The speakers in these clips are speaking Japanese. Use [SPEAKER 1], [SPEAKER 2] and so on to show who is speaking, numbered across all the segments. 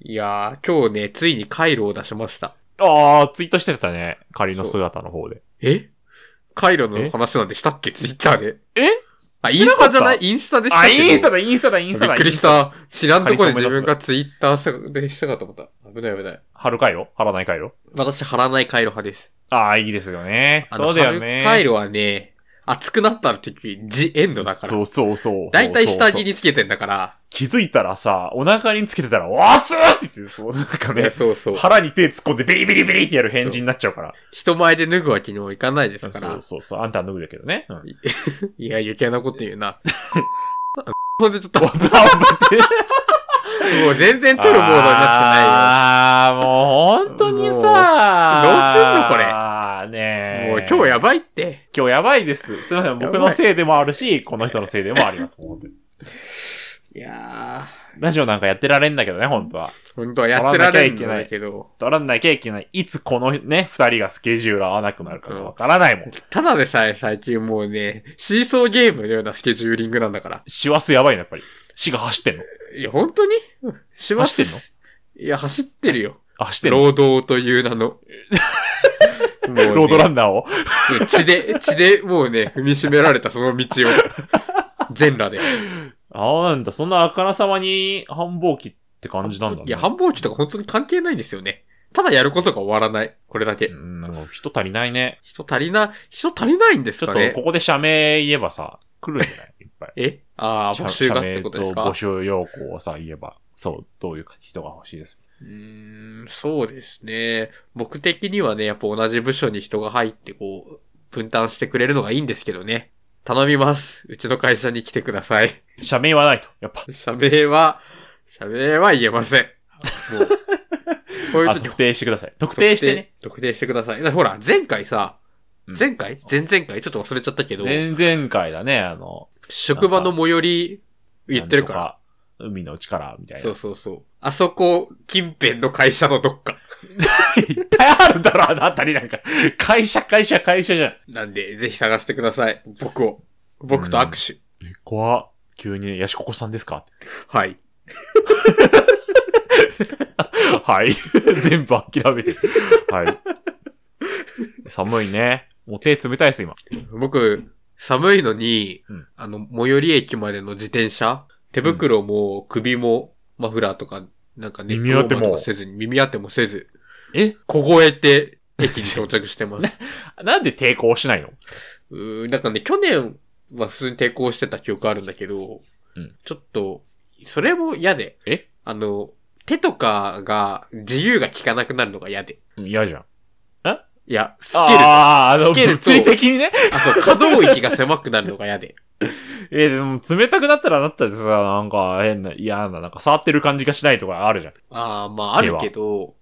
[SPEAKER 1] いやー、今日ね、ついにカイロを出しました。
[SPEAKER 2] ああ、ツイートしてたね。仮の姿の方で。
[SPEAKER 1] えカイロの話なんてしたっけツイッターで。
[SPEAKER 2] え
[SPEAKER 1] あ、
[SPEAKER 2] し
[SPEAKER 1] イ
[SPEAKER 2] て
[SPEAKER 1] ン
[SPEAKER 2] な
[SPEAKER 1] ス
[SPEAKER 2] か
[SPEAKER 1] タ
[SPEAKER 2] っ
[SPEAKER 1] じ
[SPEAKER 2] た
[SPEAKER 1] ゃないインスタでした
[SPEAKER 2] あ、
[SPEAKER 1] っけど
[SPEAKER 2] インスタだ、インスタだ、インスタだ。
[SPEAKER 1] びっくりし
[SPEAKER 2] インス
[SPEAKER 1] た。知らんとこで
[SPEAKER 2] カリスマ目指
[SPEAKER 1] 自
[SPEAKER 2] す
[SPEAKER 1] 分がツイッターしたでしたかと思った。危ない危ない。
[SPEAKER 2] タ。貼る回路貼らない回路
[SPEAKER 1] 私、貼らないカイロ派です。
[SPEAKER 2] ああ、いいですよね。
[SPEAKER 1] あの
[SPEAKER 2] そうだよね。
[SPEAKER 1] 貼るカイロはね、熱くなった時、ジエンドだから。
[SPEAKER 2] そうそうそう。
[SPEAKER 1] だいたい下着
[SPEAKER 2] に。
[SPEAKER 1] につけてんだから。
[SPEAKER 2] 気づいたらさ、お腹につけてたら、わーつーって言って、そう、なんか
[SPEAKER 1] ね
[SPEAKER 2] ね、
[SPEAKER 1] そうそう。
[SPEAKER 2] 腹に手突っ込んでビリビリビリってやる返事になっちゃうから。
[SPEAKER 1] 人前で脱ぐわけにもいかないです
[SPEAKER 2] そう
[SPEAKER 1] から。
[SPEAKER 2] そうそう。あんたは脱ぐだけどね。うん。
[SPEAKER 1] いや、余計なこと 言うな。ほんでちょっと、もう全然取るボードになっ
[SPEAKER 2] ああ、もう本当にさ、どうすんのこれ。
[SPEAKER 1] て
[SPEAKER 2] ね
[SPEAKER 1] ない
[SPEAKER 2] え。
[SPEAKER 1] よ。もう今日やばいって。
[SPEAKER 2] 今日やばいです。すいません、僕
[SPEAKER 1] やば
[SPEAKER 2] の
[SPEAKER 1] い
[SPEAKER 2] せいでもあるし、この人のせいでもあります。本当に
[SPEAKER 1] いや
[SPEAKER 2] ラジオなんかやってられんだけどね、本当は。
[SPEAKER 1] ー、本当はやってられんんだけど。
[SPEAKER 2] 取らなきゃいけない。いつこのね、二人がスケジュール合わなくなるかがわからないもん。
[SPEAKER 1] ただでさえ最近もうね、シーソーゲームのようなスケジューリングなんだから。
[SPEAKER 2] 師走やばいね、やっぱり。死が走ってんの
[SPEAKER 1] いや、本当にしま
[SPEAKER 2] 走っ
[SPEAKER 1] いや、走ってるよ。
[SPEAKER 2] あ走ってんの
[SPEAKER 1] 労働という 名の。もうね
[SPEAKER 2] ロードランナーを。
[SPEAKER 1] 血で、血でもうね、踏みしめられたその道を。全裸で。
[SPEAKER 2] ああ、なんだ、そんなあからさまに繁忙期って感じなんだ、ね。
[SPEAKER 1] いや、繁忙期とか本当に関係ないんですよね。ただやることが終わらない。これだけ
[SPEAKER 2] う。ん、なんか人足りないね。
[SPEAKER 1] 人足りな、人足りないんです
[SPEAKER 2] ちょ
[SPEAKER 1] か
[SPEAKER 2] っと、
[SPEAKER 1] ね。
[SPEAKER 2] ここで社名言えばさ、来るんじゃないいっぱい
[SPEAKER 1] えああ、
[SPEAKER 2] 社
[SPEAKER 1] 募集がっ
[SPEAKER 2] 社名
[SPEAKER 1] てことです
[SPEAKER 2] と
[SPEAKER 1] か
[SPEAKER 2] 募集要項をさ、言えば、そう、どういう人が欲しいです。
[SPEAKER 1] うーん、そうですね。僕的にはね、やっぱ同じ部署に人が入ってこう、分担してくれるのがいいんですけどね。頼みます。うちの会社に来てください。
[SPEAKER 2] 社名はないと。やっぱ、
[SPEAKER 1] 社名は、社名は言えません。も う。こういう
[SPEAKER 2] あ
[SPEAKER 1] 時
[SPEAKER 2] 特定してください。特定してね。。
[SPEAKER 1] 特定してください。だからほら、前回さ、
[SPEAKER 2] うん
[SPEAKER 1] 前回前々回ちょっと忘れちゃったけど、
[SPEAKER 2] 前々回だね、あの、
[SPEAKER 1] 職場の最寄り言ってるから。
[SPEAKER 2] ら。海の力みたいな。
[SPEAKER 1] そうそうそう。あそこ、近辺の会社のどっか。
[SPEAKER 2] いっぱいあるだろ、あのあたりなんか。会社、会社、会社じゃん。
[SPEAKER 1] なんで、ぜひ探してください。僕を。僕と握手。
[SPEAKER 2] 怖っ急に、ヤシココさんですかって
[SPEAKER 1] はい。
[SPEAKER 2] はい。 全部諦めてる。はい。寒いね。もう手冷たいです、今。
[SPEAKER 1] 僕、寒いのに、
[SPEAKER 2] うん
[SPEAKER 1] あの、最寄り駅までの自転車、手袋も首もマフラーとか、なんかね、
[SPEAKER 2] 耳当ても
[SPEAKER 1] クローバーとかせずに、耳当てもせず、
[SPEAKER 2] え
[SPEAKER 1] 凍えて、駅に到着してます。
[SPEAKER 2] なんで抵抗しないの
[SPEAKER 1] うーん、なんかね、去年は普通に抵抗してた記憶あるんだけど、
[SPEAKER 2] うん
[SPEAKER 1] ちょっと、それも嫌で。
[SPEAKER 2] え
[SPEAKER 1] あの、手とかが、自由が効かなくなるのが嫌で。
[SPEAKER 2] うん嫌じゃん。
[SPEAKER 1] いや、スキル。あ
[SPEAKER 2] ああ、あの、
[SPEAKER 1] スキルと
[SPEAKER 2] 物理的にね。
[SPEAKER 1] と、可動域が狭くなるのが嫌で。
[SPEAKER 2] え、でも、冷たくなったらなったでさ、なんか、変な、嫌な、なんか、触ってる感じがしないとかあるじゃん。
[SPEAKER 1] ああ、まあ、あるけど、
[SPEAKER 2] うん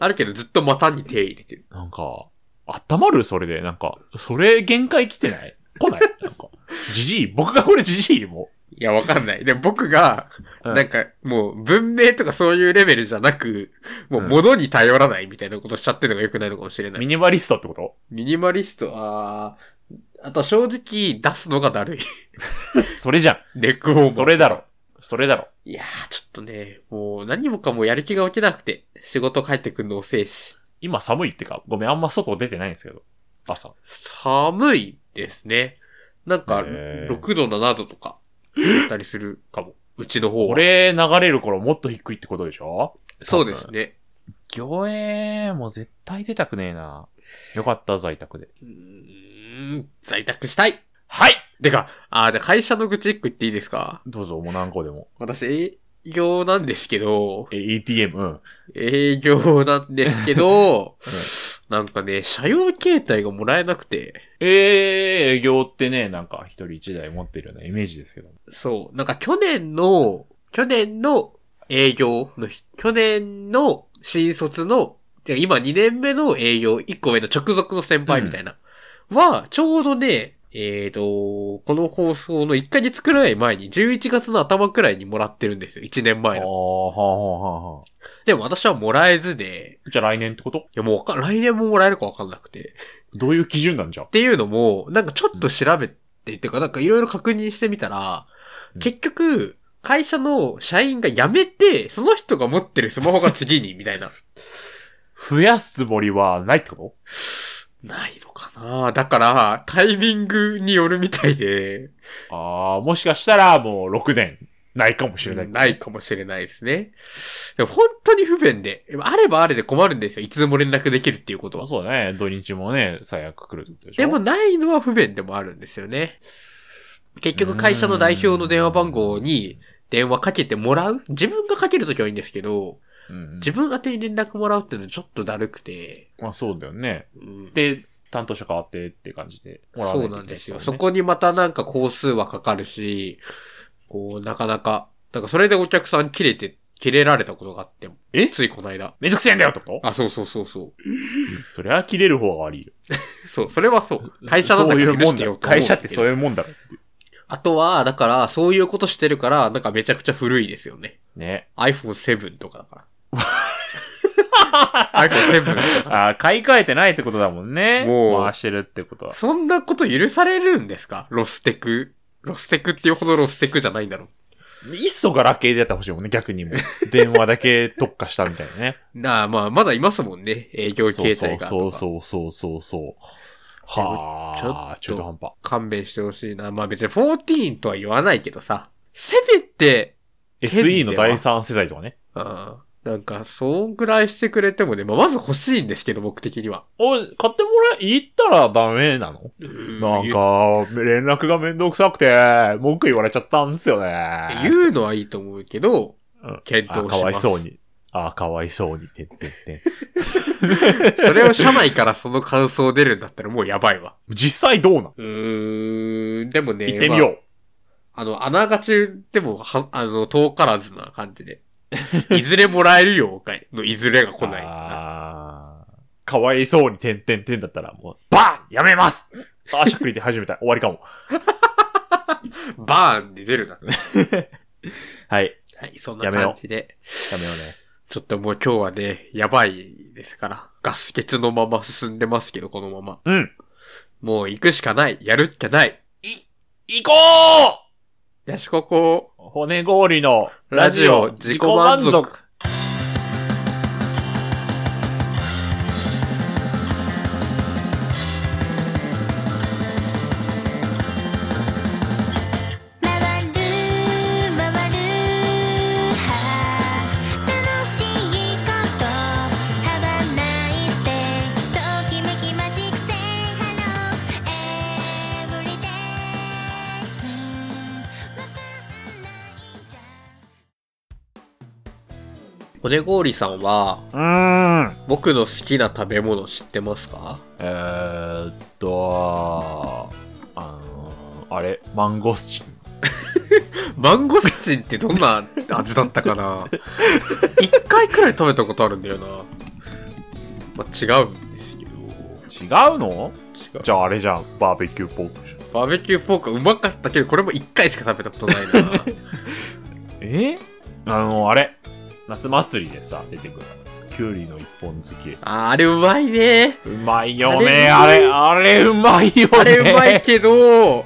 [SPEAKER 1] あるけどずっと股に手入れてる。
[SPEAKER 2] なんか、温まるそれで、なんか、それ限界来てない来 ないなんか、じじい僕がこれじじいも
[SPEAKER 1] いや、わかんない。で、僕が、
[SPEAKER 2] うん
[SPEAKER 1] なんか、もう、文明とかそういうレベルじゃなく、もう、
[SPEAKER 2] うん
[SPEAKER 1] 物に頼らないみたいなことしちゃってるのが良くないのかもしれ
[SPEAKER 2] う
[SPEAKER 1] な
[SPEAKER 2] ミ
[SPEAKER 1] い。
[SPEAKER 2] ニマリストってこと
[SPEAKER 1] ミニマリスト、ああ、あと正直、出すのがだるい。
[SPEAKER 2] それじゃ
[SPEAKER 1] レッグウォーマ
[SPEAKER 2] ん。
[SPEAKER 1] ー
[SPEAKER 2] それだろ。。それだろ。
[SPEAKER 1] いやー、ちょっとね、もう何もかもやる気が起きなくて、仕事帰ってくるの遅いし。
[SPEAKER 2] 今寒いってか、ごめん、あんま外出てないんですけど。朝。
[SPEAKER 1] 寒いですね。なんか、
[SPEAKER 2] へ
[SPEAKER 1] 6
[SPEAKER 2] ー
[SPEAKER 1] 度、7度とか、だったりするかも。うちの方
[SPEAKER 2] こ
[SPEAKER 1] は。
[SPEAKER 2] れ流れる頃もっと低いってことでしょ
[SPEAKER 1] そうですね。
[SPEAKER 2] 行営もう絶対出たくねえな。よかった、在宅で。
[SPEAKER 1] うーん、在宅したい
[SPEAKER 2] はい
[SPEAKER 1] てか、あー、じゃあ会社の愚痴一個言っていいですか
[SPEAKER 2] どうぞ、もう何個でも。
[SPEAKER 1] 私、営業なんですけど、
[SPEAKER 2] え、ATM、うん。
[SPEAKER 1] 営業なんですけ ど、なんかね、社用携帯がもらえなくて、
[SPEAKER 2] えー、営業ってね、なんか一人一台持ってるようなイメージですけど。
[SPEAKER 1] そう。なんか去年の、去年の営業の日、去年の新卒の、てか今2年目の営業、1個上の直属の先輩みたいな、は、ちょうどね、えーと、この放送の1ヶ月くらい前に、11月の頭くらいにもらってるんですよ。1年
[SPEAKER 2] あ
[SPEAKER 1] 前
[SPEAKER 2] あ、は
[SPEAKER 1] の。
[SPEAKER 2] あ、はあ、はあ。
[SPEAKER 1] でも私はもらえずで、
[SPEAKER 2] じゃあ来年ってこと
[SPEAKER 1] いやもうわかん来年ももらえるかわかんなくて。
[SPEAKER 2] どういう基準なんじゃ
[SPEAKER 1] っていうのも、なんかちょっと調べて、っていうか、なんかいろいろ確認してみたら、
[SPEAKER 2] うん
[SPEAKER 1] 結局、会社の社員が辞めて、その人が持ってるスマホが次に、みたいな。
[SPEAKER 2] 増やすつもりはないってこ
[SPEAKER 1] ないのかなだから、タイミングによるみたいで、
[SPEAKER 2] とああ、もしかしたらもう6年、ないかもしれない。
[SPEAKER 1] ないかもしれないですね。でも本当に不便で、あればあれで困るんですよ。いつでも連絡できるっていうことは。
[SPEAKER 2] そうだね。土日もね、最悪来るってことでしょ。
[SPEAKER 1] でも、ないのは不便でもあるんですよね。結局会社の代表の電話番号に電話かけてもらう自分がかけるときはいいんですけど、
[SPEAKER 2] うん、
[SPEAKER 1] 自分宛てに連絡もらうっていうのはちょっとだるくて、
[SPEAKER 2] まあそうだよね。
[SPEAKER 1] うん
[SPEAKER 2] で、担当者変わってって感じでもらわ
[SPEAKER 1] そ
[SPEAKER 2] な
[SPEAKER 1] う
[SPEAKER 2] いといけ
[SPEAKER 1] なん
[SPEAKER 2] ないからね
[SPEAKER 1] ですよ。そこにまたなんか工数はかかるし、こう、なかなか、なんかそれでお客さん切れて、切れられたことがあって、
[SPEAKER 2] え
[SPEAKER 1] ついこの間。
[SPEAKER 2] めんどくせえんだよってこと
[SPEAKER 1] あ、そうそうそうそう。
[SPEAKER 2] そりゃ切れる方が悪いよ。
[SPEAKER 1] そう、それはそう。会社だ
[SPEAKER 2] そう
[SPEAKER 1] か
[SPEAKER 2] い
[SPEAKER 1] ら
[SPEAKER 2] う
[SPEAKER 1] 許
[SPEAKER 2] もん
[SPEAKER 1] して
[SPEAKER 2] だ
[SPEAKER 1] よ
[SPEAKER 2] よ。
[SPEAKER 1] と思う
[SPEAKER 2] 会社ってそういうもんだろ。
[SPEAKER 1] あとは、だから、そういうことしてるから、なんかめちゃくちゃ古いですよね。
[SPEAKER 2] ね。
[SPEAKER 1] iPhone7 とかだ から。iPhone7 とか。
[SPEAKER 2] あー買い替えてないってことだもんね。
[SPEAKER 1] もう
[SPEAKER 2] 回してるってことは。
[SPEAKER 1] そんなこと許されるんですかロステク。ロステクっていうほどロステクじゃないんだろ
[SPEAKER 2] いっそガラケーでやってほしいもんね、逆にもう。電話だけ特化したみたいなね。
[SPEAKER 1] う。なあ、まあ、まだいますもんね。営業
[SPEAKER 2] そう
[SPEAKER 1] 形
[SPEAKER 2] そう
[SPEAKER 1] 態が。
[SPEAKER 2] そうそうそうそうそう。はあ、
[SPEAKER 1] ちょ
[SPEAKER 2] 中
[SPEAKER 1] っと
[SPEAKER 2] 途半端。
[SPEAKER 1] 勘弁してほしいな。まあ別に14とは言わないけどさ。せめて、剣では
[SPEAKER 2] SE の第三世代とかね。
[SPEAKER 1] うん。なんか、そんぐらいしてくれてもね、まあまず欲しいんですけど、僕的には。
[SPEAKER 2] おい、買ってもらえ、言ったらダメなのなんか、連絡がめんどくさくて、文句言われちゃったんですよね。
[SPEAKER 1] 言うのはいいと思うけど、
[SPEAKER 2] うん
[SPEAKER 1] 検討します
[SPEAKER 2] あかわいそうに。あ、かわいそうに。てってって。
[SPEAKER 1] それを社内からその感想出るんだったらもうやばいわ。
[SPEAKER 2] 実際どうなん
[SPEAKER 1] うーん、でもね、
[SPEAKER 2] 行ってみよう。
[SPEAKER 1] まああの、穴がちでも、は、あの、遠からずな感じで。いずれもらえるよ、おかいの、いずれが来ない。
[SPEAKER 2] あーかわいそうに、てんてんてんだったら、もう、バーンやめますあー、しゃっくりで始めた。終わりかも。
[SPEAKER 1] バーンで出るな。
[SPEAKER 2] はい。や
[SPEAKER 1] はい、そんな
[SPEAKER 2] やめよう
[SPEAKER 1] 感じで。
[SPEAKER 2] めようね。
[SPEAKER 1] ちょっともう今日はね、やばいですから。ガス欠のまま進んでますけど、このまま。
[SPEAKER 2] うん。
[SPEAKER 1] もう行くしかない。やるっきゃない。
[SPEAKER 2] 行こう
[SPEAKER 1] ヤシココ
[SPEAKER 2] 骨氷の
[SPEAKER 1] ラジオ自己満足。
[SPEAKER 3] 「まわるまわる楽しいこと」「ハワないステーときめきマジックセイハローエブリデイ」「わかんないじゃん」
[SPEAKER 1] 骨氷さんは、
[SPEAKER 2] うーん。
[SPEAKER 1] 僕の好きな食べ物知ってますか
[SPEAKER 2] えーっと、あのー、あれ、マンゴスチン。
[SPEAKER 1] マンゴスチンってどん な味だったかな一回くらい食べたことあるんだよな。まあ、違うんですけど。
[SPEAKER 2] 違うの
[SPEAKER 1] 違う
[SPEAKER 2] じゃああれじゃん、バーベキューポークじゃん。
[SPEAKER 1] バーベキューポークうまかったけど、これも一回しか食べたことない な。
[SPEAKER 2] えあの、あれ、夏祭りでさ、出てくる。キュウリの一本漬け。
[SPEAKER 1] あーあれうまいね。
[SPEAKER 2] うまいよね。
[SPEAKER 1] あ
[SPEAKER 2] あ
[SPEAKER 1] れ
[SPEAKER 2] れ、あれうまいよね。
[SPEAKER 1] あれうまいけど、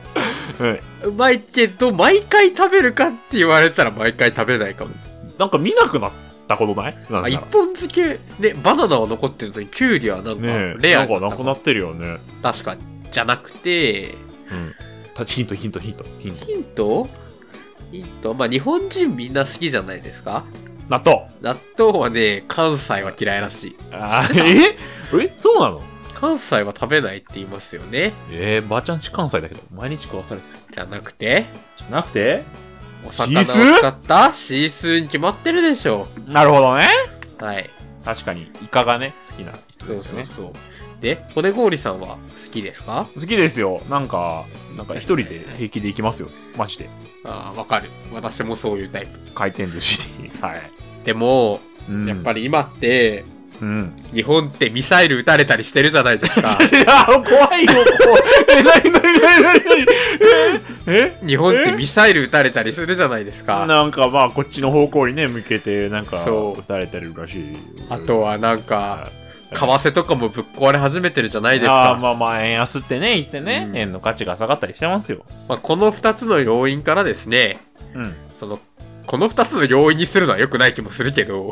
[SPEAKER 2] うん
[SPEAKER 1] うまいけど、毎回食べるかって言われたら毎回食べないかも。
[SPEAKER 2] なんか見なくなったことないなん
[SPEAKER 1] あ、
[SPEAKER 2] か
[SPEAKER 1] 一本漬け、ね、バナナは残ってるのに、キュウリはなんか
[SPEAKER 2] ねえ、
[SPEAKER 1] レア
[SPEAKER 2] なん
[SPEAKER 1] に
[SPEAKER 2] か
[SPEAKER 1] なっ
[SPEAKER 2] な
[SPEAKER 1] た
[SPEAKER 2] く
[SPEAKER 1] か
[SPEAKER 2] な
[SPEAKER 1] も
[SPEAKER 2] ってるよね。
[SPEAKER 1] 確か、じゃなくて、
[SPEAKER 2] うん。たヒント、ヒント、ヒント、ヒント。
[SPEAKER 1] ヒントヒントまあ日本人みんな好きじゃないですか
[SPEAKER 2] 納豆
[SPEAKER 1] 納豆はね、関西は嫌いらしい。
[SPEAKER 2] あええ そうなの
[SPEAKER 1] 関西は食べないって言いますよね。
[SPEAKER 2] えー、ばあちゃんち関西だけど、毎日食わされてる。
[SPEAKER 1] じゃなくて、
[SPEAKER 2] じゃなくて
[SPEAKER 1] お魚を
[SPEAKER 2] シースー
[SPEAKER 1] 使ったシースーに決まってるでしょ
[SPEAKER 2] なるほどね。
[SPEAKER 1] う。はい。
[SPEAKER 2] 確かに、イカがね、好きな人
[SPEAKER 1] そ
[SPEAKER 2] で
[SPEAKER 1] う
[SPEAKER 2] す
[SPEAKER 1] そ
[SPEAKER 2] よ
[SPEAKER 1] う
[SPEAKER 2] ね。
[SPEAKER 1] そう。で、骨氷さんは好きですか
[SPEAKER 2] 好きですよ。なんか、なんか一人で平気で行きますよ。マジで。
[SPEAKER 1] ああ、わかる。私もそういうタイプ。
[SPEAKER 2] 回転寿司に。 はい。
[SPEAKER 1] でも、やっぱ
[SPEAKER 2] り。
[SPEAKER 1] り今って、
[SPEAKER 2] うん。
[SPEAKER 1] 日本ってミサイル撃たれたりしてるじゃないですか。
[SPEAKER 2] い や、怖いよ、怖い。え、なになになになにえ
[SPEAKER 1] 日本ってミサイル撃たれたりするじゃないですか。
[SPEAKER 2] なんかまあ、こっちの方向にね、向けて、なんか、
[SPEAKER 1] そう
[SPEAKER 2] 撃たれてるらしい。
[SPEAKER 1] あとはなんか
[SPEAKER 2] は、い、
[SPEAKER 1] 為替とかもぶっ壊れ始めてるじゃないです
[SPEAKER 2] ああ
[SPEAKER 1] か。
[SPEAKER 2] ー
[SPEAKER 1] ま
[SPEAKER 2] まあまあ、円安ってね、言ってね、
[SPEAKER 1] うん
[SPEAKER 2] 円の価値が下がったりしてますよ。
[SPEAKER 1] あ、この二つの要因からですね、
[SPEAKER 2] うん。
[SPEAKER 1] その、この二つの要因にするのは良くない気もするけど、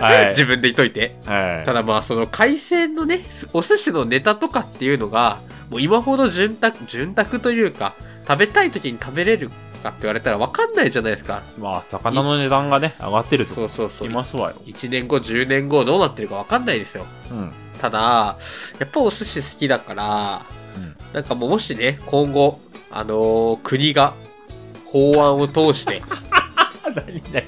[SPEAKER 2] はい
[SPEAKER 1] 自。分で言っといて。
[SPEAKER 2] はい
[SPEAKER 1] た。だまあ、その海鮮のね、すお寿司のネタとかっていうのが、もう今ほど潤沢、潤沢というか、食べたい時に食べれるかって言われたら分かんないじゃないですか。
[SPEAKER 2] まあ、魚の値段がね、上がってる
[SPEAKER 1] そ
[SPEAKER 2] と
[SPEAKER 1] うそうそ
[SPEAKER 2] 言
[SPEAKER 1] う
[SPEAKER 2] い。ますわよ。
[SPEAKER 1] 1年後、10年後どうなってるか分かんないですよ。
[SPEAKER 2] うん。
[SPEAKER 1] ただ、やっぱお寿司好きだから、
[SPEAKER 2] うん
[SPEAKER 1] なんかもうもしね、今後、あのー国が法案を通 して、
[SPEAKER 2] 何何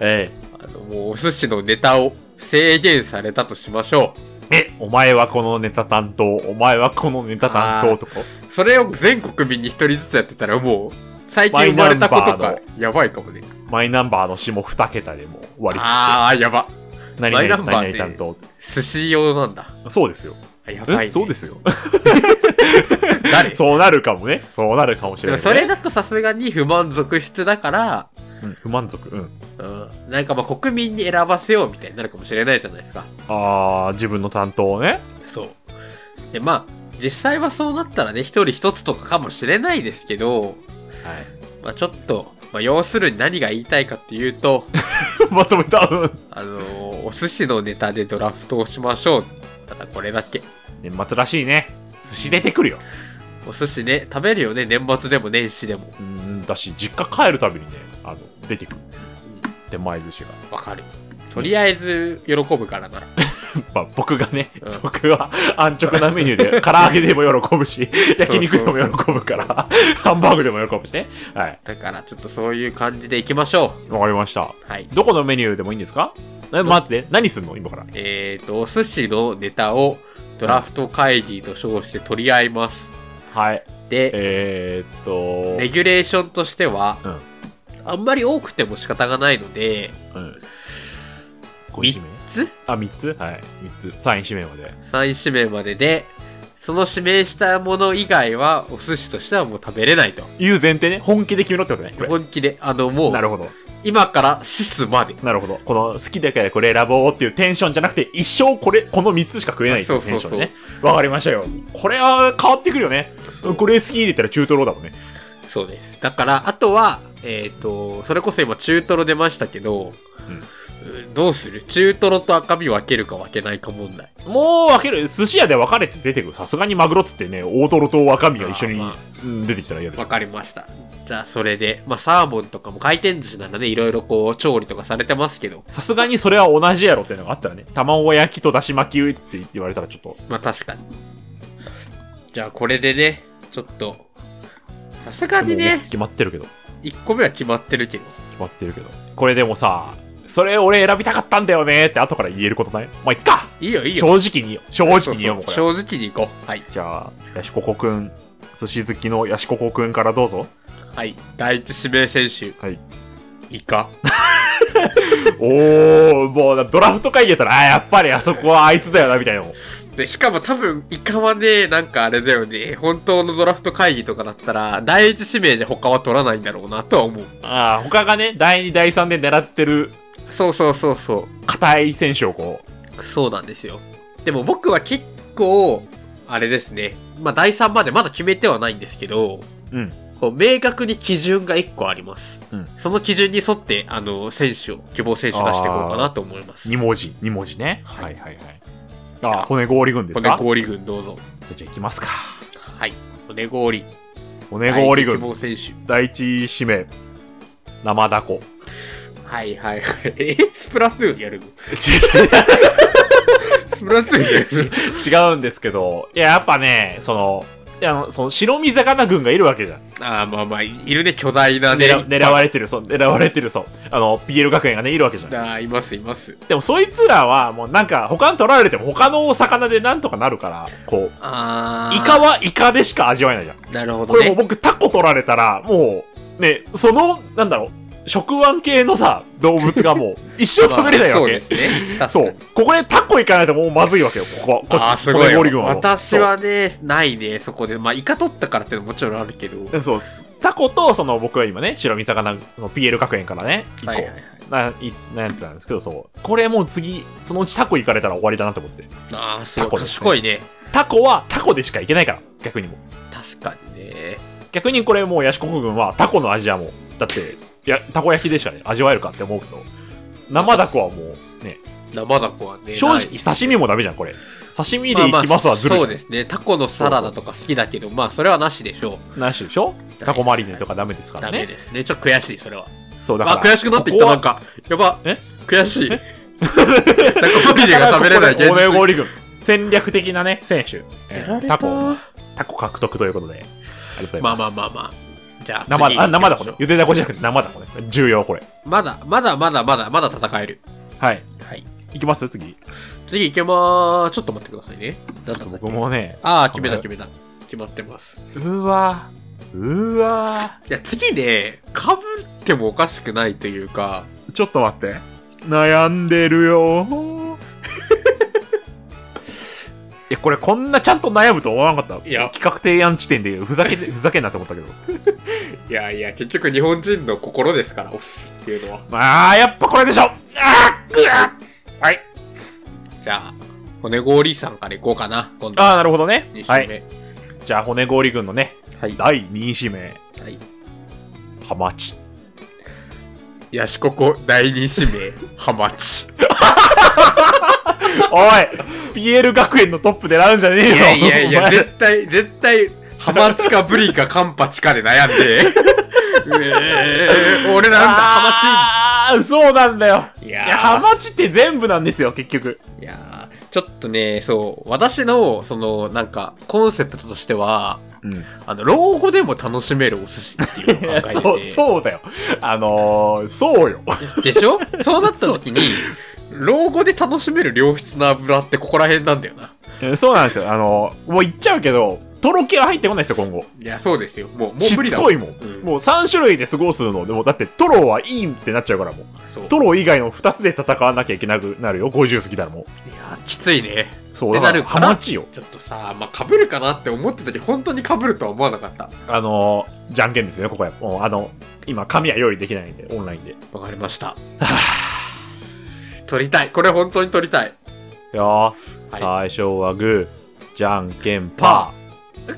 [SPEAKER 2] え
[SPEAKER 1] あのもうお寿司のネタを制限されたとしましょ
[SPEAKER 2] ええ、お前はこのネタ担当、お前はこのネタ担当とか。
[SPEAKER 1] う。それを全国民に一人ずつやってたらもう、最近生まれた子とか、やばいかもね。
[SPEAKER 2] マイナンバーの下2桁でもう終わ
[SPEAKER 1] ああ、やば。
[SPEAKER 2] り。何々
[SPEAKER 1] マイナンバー
[SPEAKER 2] 何々担当。
[SPEAKER 1] 寿司用なんだ。
[SPEAKER 2] そうですよ。
[SPEAKER 1] あやばい、
[SPEAKER 2] え
[SPEAKER 1] ね。
[SPEAKER 2] そうですよ。
[SPEAKER 1] 誰
[SPEAKER 2] そうなるかもね。そうなるかもし
[SPEAKER 1] で
[SPEAKER 2] れな
[SPEAKER 1] も
[SPEAKER 2] いね。
[SPEAKER 1] それだとさすがに不満続出だから、
[SPEAKER 2] うん不満足。うん。
[SPEAKER 1] うん、なんかまあ国民に選ばせようみたいになるかもしれないじゃないですか。
[SPEAKER 2] あー、自分の担当をね。
[SPEAKER 1] そう。で、まあ、実際はそうなったらね、一人一つとかかもしれないですけど、
[SPEAKER 2] はい。
[SPEAKER 1] まあちょっと、まあ要するに何が言いたいかっていう と、
[SPEAKER 2] まとめた。うん
[SPEAKER 1] あのーお寿司のネタでドラフトをしましょう。ただこれだけ。
[SPEAKER 2] 年末らしいね。寿司出てくるよ。
[SPEAKER 1] お寿司ね、食べるよね、年末でも年始でも。
[SPEAKER 2] うん、だし、実家帰るたびにね、あの、出てくる。手前寿司が。
[SPEAKER 1] わかる。とりあえず、喜ぶからな。
[SPEAKER 2] まあ、僕がね、
[SPEAKER 1] うん
[SPEAKER 2] 僕は 安直なメニュー で、唐揚げでも喜ぶし、焼肉でも喜ぶ から、ハンバーグでも喜ぶしね。はい。
[SPEAKER 1] だから、ちょっとそういう感じでいきましょ
[SPEAKER 2] わかりました。
[SPEAKER 1] う。はい。
[SPEAKER 2] どこのメニューでもいいんですかえ、待って、何すんの今から。
[SPEAKER 1] えーと、お寿司のネタをドラフト会議と称して取り合います。
[SPEAKER 2] はい。
[SPEAKER 1] で、
[SPEAKER 2] えー、っと、
[SPEAKER 1] レギュレーションとしては、
[SPEAKER 2] うん
[SPEAKER 1] あんまり多くても仕方がないので、
[SPEAKER 2] うん。ご指
[SPEAKER 1] 3
[SPEAKER 2] 名
[SPEAKER 1] つ
[SPEAKER 2] あ、3つはい。3つ。3位指名まで。
[SPEAKER 1] ?3 指名までで、その指名したもの以外は、お寿司としてはもう食べれないと。
[SPEAKER 2] いう前提ね。本気で決めろってことね。こ
[SPEAKER 1] 本気で、あのも
[SPEAKER 2] れなる
[SPEAKER 1] う、
[SPEAKER 2] ほど。
[SPEAKER 1] 今からシスまで。
[SPEAKER 2] なるほど。この好きだからこれ選ぼうっていうテンションじゃなくて、一生これ、この3つしか食えないってい
[SPEAKER 1] そうそうそう
[SPEAKER 2] テンションね。わかりましたよ。これは変わってくるよね。これ好き入れたら中トロだもんね。
[SPEAKER 1] そうです。だから、あとは、えっ、と、それこそ今中トロ出ましたけど、うんどうする中トロと赤身分けるか分けないか問題。
[SPEAKER 2] もう分ける。寿司屋で分かれて出てくる。さすがにマグロっつってね、大トロと赤身が一緒に
[SPEAKER 1] あーまあ
[SPEAKER 2] うん出てきたら嫌でしょ
[SPEAKER 1] わかりました。じゃあ、それで、まあ、サーモンとかも回転寿司ならね、いろいろこう、調理とかされてますけど、
[SPEAKER 2] さすがにそれは同じやろっていうのがあったらね。卵焼きとだし巻きって言われたらちょっと。
[SPEAKER 1] まあ、確かに。じゃあ、これでね、ちょっと、さすがに
[SPEAKER 2] もう
[SPEAKER 1] ね、
[SPEAKER 2] 決まってるけど。
[SPEAKER 1] 1個目は決まってるけど、
[SPEAKER 2] 決まってるけど。これでもさ、それ俺選びたかったんだよねって後から言えることないまあ、いっか
[SPEAKER 1] いいよ、いい
[SPEAKER 2] 正
[SPEAKER 1] よ。
[SPEAKER 2] 直に、正直によ、もうこれは
[SPEAKER 1] 正直にいこう。はい。
[SPEAKER 2] じゃあ、ヤシココくん、寿司好きのヤシココくんからどうぞ。
[SPEAKER 1] はい。第一指名選手、
[SPEAKER 2] はい。
[SPEAKER 1] イカ。
[SPEAKER 2] おー、もうドラフト会議やったら、あー、やっぱりあそこはあいつだよな、みたいなの。
[SPEAKER 1] で、しかも多分、イカはね、なんかあれだよね、本当のドラフト会議とかだったら、第一指名じゃ他は取らないんだろうな、とは思う。
[SPEAKER 2] あー、他がね、第2、第3で狙ってる
[SPEAKER 1] そうそうそうそう。
[SPEAKER 2] 硬い選手をこ
[SPEAKER 1] そうなんですよ。でも僕は結構、あれですね。まあ、第3までまだ決めてはないんですけど、
[SPEAKER 2] う、うん。
[SPEAKER 1] こう明確に基準が1個あります。
[SPEAKER 2] うん
[SPEAKER 1] その基準に沿って、あの、選手を、希望選手出していこうかなと思います。
[SPEAKER 2] 2文字、2文字ね。
[SPEAKER 1] は
[SPEAKER 2] はいいはいはい。あー、骨氷軍です
[SPEAKER 1] 骨
[SPEAKER 2] か
[SPEAKER 1] 氷軍どうぞ。
[SPEAKER 2] じゃあ行きますか。
[SPEAKER 1] はい。骨氷。
[SPEAKER 2] 骨氷
[SPEAKER 1] 第
[SPEAKER 2] 軍、
[SPEAKER 1] 一希望選
[SPEAKER 2] 第1指名、生ダ コ。
[SPEAKER 1] 手。はいはいはい。 えスプラトゥーンやるのスプラトゥーンやるの
[SPEAKER 2] 違うんですけど、いや、やっぱね、その、いやあのその白身魚軍がいるわけじゃん。
[SPEAKER 1] あーまあまあ、いるね、巨大なね。
[SPEAKER 2] 狙狙われてる、そう、狙われてる、そう。あの、PL 学園がね、いるわけじゃん。
[SPEAKER 1] あーいますいます。
[SPEAKER 2] でも、そいつらは、もうなんか、他に取られても、他のお魚でなんとかなるから、こう、
[SPEAKER 1] あー
[SPEAKER 2] イカはイカでしか味わえないじゃん。
[SPEAKER 1] なるほ
[SPEAKER 2] こ
[SPEAKER 1] ど
[SPEAKER 2] れもう
[SPEAKER 1] ね。
[SPEAKER 2] 僕、タコ取られたら、もう、ね、その、なんだろう、食腕系のさ、動物 がもう、一生食べれない
[SPEAKER 1] まあ
[SPEAKER 2] わ
[SPEAKER 1] そう
[SPEAKER 2] け。
[SPEAKER 1] ですね。確かに
[SPEAKER 2] そう。ここでタコ行かないともうまずいわけよ、こここっち。
[SPEAKER 1] あーすごい
[SPEAKER 2] このゴリ軍はもう
[SPEAKER 1] 私はね、ないね、そこで。まあ、イカ取ったからってのももちろんあるけど。
[SPEAKER 2] そう。タコと、その僕は今ね、白身魚、その PL 学園からね、一個、
[SPEAKER 1] はいはいはい。
[SPEAKER 2] ないなんてなんですけど、そう。これもう次、そのうちタコ行かれたら終わりだなと思って。
[SPEAKER 1] ああ、すごい
[SPEAKER 2] タコですね
[SPEAKER 1] 賢いね。
[SPEAKER 2] タコはタコでしか行けないから、逆にも。
[SPEAKER 1] 確かにね。
[SPEAKER 2] 逆にこれもうヤシコフ軍はタコの味はもう、だって、いや、たこ焼きでしたね。味わえるかって思うけど。生だこはもう、ね。
[SPEAKER 1] 生だこはね。
[SPEAKER 2] 正
[SPEAKER 1] ない
[SPEAKER 2] 直、刺身もダメじゃん、これ。刺身でいきますはずるいじ
[SPEAKER 1] そう
[SPEAKER 2] ゃ。
[SPEAKER 1] んですね。タコのサラダとか好きだけど、まあ、それはなしでしょ
[SPEAKER 2] 何種でしょタコマリネとかダメですか
[SPEAKER 1] う。
[SPEAKER 2] ら
[SPEAKER 1] ダメ
[SPEAKER 2] ね。
[SPEAKER 1] ですね。ちょっと悔しい、それは。
[SPEAKER 2] そう、だから。
[SPEAKER 1] あ、悔しくなってきた、なんか。やば。
[SPEAKER 2] え
[SPEAKER 1] 悔しい。タコマリネが食べれない現
[SPEAKER 2] ここでオレゴ
[SPEAKER 1] 実。
[SPEAKER 2] リ軍。戦略的なね、選手。え
[SPEAKER 1] やら
[SPEAKER 2] ー
[SPEAKER 1] れた
[SPEAKER 2] タコ、タコ獲得ということで。ありがとうござい
[SPEAKER 1] まあ
[SPEAKER 2] ます。
[SPEAKER 1] まあまあまあ。じゃあ、次
[SPEAKER 2] 生、あ、生だ
[SPEAKER 1] 行きま
[SPEAKER 2] こ
[SPEAKER 1] しょ
[SPEAKER 2] ね
[SPEAKER 1] う。
[SPEAKER 2] ゆでだこじゃなくて生だこね。重要、これ。
[SPEAKER 1] まだ、まだまだまだ、まだ戦える。
[SPEAKER 2] はい。
[SPEAKER 1] はい。
[SPEAKER 2] いきます次。
[SPEAKER 1] 次行けまーす。ちょっと待ってくださいね。なんだったっ
[SPEAKER 2] 僕
[SPEAKER 1] け
[SPEAKER 2] もね、
[SPEAKER 1] ああ、決めた決めた。決まってます。
[SPEAKER 2] うわうわ
[SPEAKER 1] いや、次ね、被ってもおかしくないというか、
[SPEAKER 2] ちょっと待って。悩んでるよー いや、これこんなちゃんと悩むと思わなかった。
[SPEAKER 1] いや
[SPEAKER 2] 企画提案地点でふざ けて、ふざけんなと思ったけど。
[SPEAKER 1] いやいや、結局日本人の心ですから、押すっていうのは。
[SPEAKER 2] まあ、やっぱこれでしょあーうわはい。
[SPEAKER 1] じゃあ、骨氷さんから行こうかな、今度。
[SPEAKER 2] ああ、なるほどね
[SPEAKER 1] 二。
[SPEAKER 2] は
[SPEAKER 1] 周
[SPEAKER 2] い。
[SPEAKER 1] 目。
[SPEAKER 2] じゃあ、骨氷軍のね、
[SPEAKER 1] はい。は
[SPEAKER 2] 第2指名、
[SPEAKER 1] い。
[SPEAKER 2] ハマチ。
[SPEAKER 1] ヤシココ第二指名、ハマチ。
[SPEAKER 2] お い !PL 学園のトップ狙うんじゃねえよ
[SPEAKER 1] いやいやい
[SPEAKER 2] お
[SPEAKER 1] や、
[SPEAKER 2] 前
[SPEAKER 1] 絶対、絶対、ハマチかブリかカンパチかで悩ん で。えー、俺なんだ、ハ
[SPEAKER 2] あーそうなんだよ。
[SPEAKER 1] い
[SPEAKER 2] い
[SPEAKER 1] や
[SPEAKER 2] や
[SPEAKER 1] ー
[SPEAKER 2] ハマチって全部なんですよ、結局。
[SPEAKER 1] マチ。いやーちょっとね、そう、私の、その、なんか、コンセプトとしては、
[SPEAKER 2] うん。
[SPEAKER 1] あの、老後でも楽しめるお寿司っていうのを考えてて。
[SPEAKER 2] そう、そうだよ。あのー、そうよ。
[SPEAKER 1] でしょそうなった時に、老後で楽しめる良質な油ってここら辺なんだよな。
[SPEAKER 2] そうなんですよ。あのー、もう言っちゃうけど、とろけは入ってこないですよ、今後。
[SPEAKER 1] いや、そうですよ。もう、も
[SPEAKER 2] し
[SPEAKER 1] う無理
[SPEAKER 2] つ
[SPEAKER 1] だ
[SPEAKER 2] こいもん。
[SPEAKER 1] うん
[SPEAKER 2] もう3種類で過ごすの。でも、だって、トロはいいってなっちゃうから、もう。
[SPEAKER 1] そう。
[SPEAKER 2] トロ以外の2つで戦わなきゃいけなくなるよ。50過ぎたらもう。
[SPEAKER 1] いや、きついね。
[SPEAKER 2] そう、
[SPEAKER 1] って
[SPEAKER 2] だ
[SPEAKER 1] な
[SPEAKER 2] か
[SPEAKER 1] る
[SPEAKER 2] ら、
[SPEAKER 1] か
[SPEAKER 2] ハ
[SPEAKER 1] ら
[SPEAKER 2] マチよ。
[SPEAKER 1] ちょっとさ、まあ、被るかなって思ってたけど、本当に被るとは思わなかった。
[SPEAKER 2] あのー、じゃんけんですよね、ここは。もう、あの、今、紙は用意できないんで、オンラインで。
[SPEAKER 1] わかりました。 取りたい。これ本当に取りたい。
[SPEAKER 2] いやー
[SPEAKER 1] い
[SPEAKER 2] 最初はグー、じゃんけんパー。おお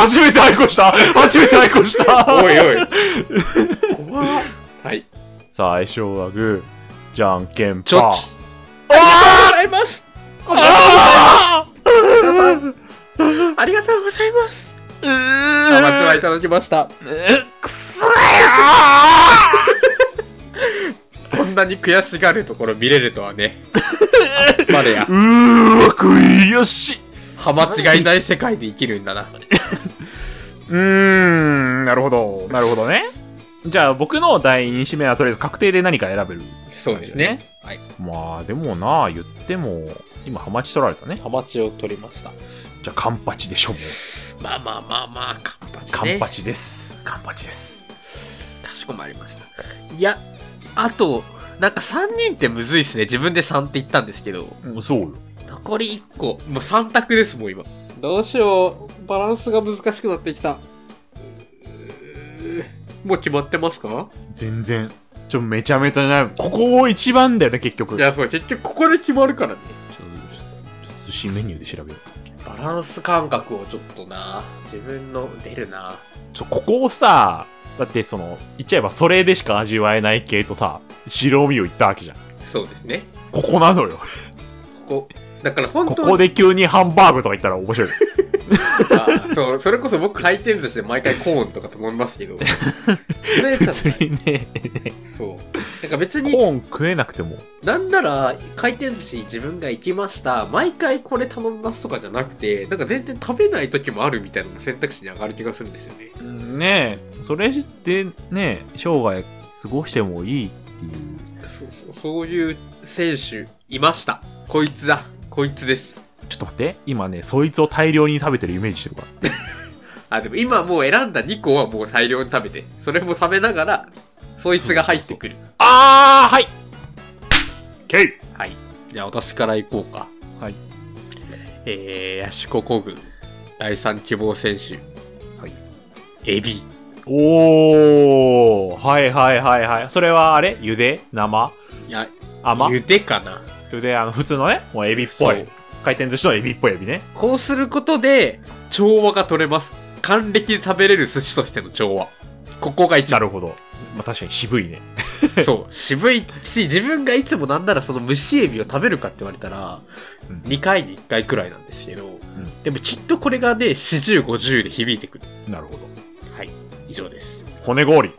[SPEAKER 2] 初めて愛好した初めて愛好した
[SPEAKER 1] おい おい。怖っはい。
[SPEAKER 2] 最初はグー、じゃんけん
[SPEAKER 1] ちょっ
[SPEAKER 2] パ
[SPEAKER 1] と。。
[SPEAKER 2] ー
[SPEAKER 1] ありがとうございます。
[SPEAKER 2] あ
[SPEAKER 1] 皆さんありがとうございます。ハマチはいただきました。
[SPEAKER 2] くそや
[SPEAKER 1] こんなに悔しがるところ見れるとは ね。までや
[SPEAKER 2] ー。うーわ、悔しい
[SPEAKER 1] ハマチがいない世界で生きるんだな。
[SPEAKER 2] うーん、なるほど。なるほどね。じゃあ、僕の第2指名はとりあえず確定で何か選べる。
[SPEAKER 1] そうですね。はい。
[SPEAKER 2] まあ、でもなあ、言っても、今、ハマチ取られたね。
[SPEAKER 1] ハマチを取りました。
[SPEAKER 2] じゃあ、カンパチでしょ、もう。
[SPEAKER 1] まあまあまあまあ、カンパチ、ね。
[SPEAKER 2] カンパチです。カンパチです。
[SPEAKER 1] かしこまりました。いや、あと、なんか3人ってむずいっすね。自分で3って言ったんですけど。
[SPEAKER 2] うん、そうよ。
[SPEAKER 1] 残り1個。もう3択です、もう今。どうしよう。バランスが難しくなってきた。うーもう決まってますか
[SPEAKER 2] 全然。ちょ、めちゃめちゃない。ここを一番だよね、結局。
[SPEAKER 1] い
[SPEAKER 2] ちょっ
[SPEAKER 1] や、そう、結局ここで決まるからね。
[SPEAKER 2] と、ちょっと、新メニューで調べよう。
[SPEAKER 1] バランス感覚をちょっとな、自分の出るな。
[SPEAKER 2] ちょ、ここをさ、だってその、言っちゃえばそれでしか味わえない系とさ、白身を言ったわけじゃん。
[SPEAKER 1] そうですね。
[SPEAKER 2] ここなのよ。
[SPEAKER 1] ここ。だから本
[SPEAKER 2] こ
[SPEAKER 1] 当
[SPEAKER 2] こで急にハンバーグとか言ったら 面白い。
[SPEAKER 1] あそう、それこそ僕回転寿司で毎回コーンとかと思いますけ ど。それじゃ
[SPEAKER 2] 別
[SPEAKER 1] ない。
[SPEAKER 2] にね、
[SPEAKER 1] そう。なんか別
[SPEAKER 2] コ
[SPEAKER 1] に、
[SPEAKER 2] ーン食えなくても。
[SPEAKER 1] なんなら、回転寿司自分が行きました。毎回これ頼みますとかじゃなくて、なんか全然食べない時もあるみたいなのも選択肢に上がる気がするんですよね。
[SPEAKER 2] ねえ、それってね、生涯過ごしてもいいっていう。
[SPEAKER 1] そうそうそういう選手、いました。こいつだ。こいつです。
[SPEAKER 2] ちょっと待って、今ね、そいつを大量に食べてるイメージしてるから。
[SPEAKER 1] あ、でも今もう選んだ2個はもう大量に食べて、それも食べながら、そいつが入ってくる。
[SPEAKER 2] あー、はい !K!
[SPEAKER 1] はい。じゃあ私から行こうか。
[SPEAKER 2] はい。
[SPEAKER 1] えー、ヤシココ軍、第3希望選手。
[SPEAKER 2] はい。
[SPEAKER 1] エビ。
[SPEAKER 2] おー、はいはいはいはい。それはあれゆで生
[SPEAKER 1] いや、
[SPEAKER 2] 甘
[SPEAKER 1] ゆでかな。
[SPEAKER 2] ゆで、あの、普通のね、もうエビっぽ
[SPEAKER 1] そ。
[SPEAKER 2] いう回転寿司のエビっぽいエビね。
[SPEAKER 1] こうすることで、調和が取れます。還暦で食べれる寿司としての調和。ここが一
[SPEAKER 2] な
[SPEAKER 1] 番。
[SPEAKER 2] るほど。まあ、確かに渋いね。
[SPEAKER 1] そう。渋いし、自分がいつもなんならその蒸しエビを食べるかって言われたら、
[SPEAKER 2] うん
[SPEAKER 1] 2回に1回くらいなんですけど、
[SPEAKER 2] ん
[SPEAKER 1] でもきっとこれがね、40、50で響いてくる。
[SPEAKER 2] なるほど。
[SPEAKER 1] はい。以上です。
[SPEAKER 2] 骨氷。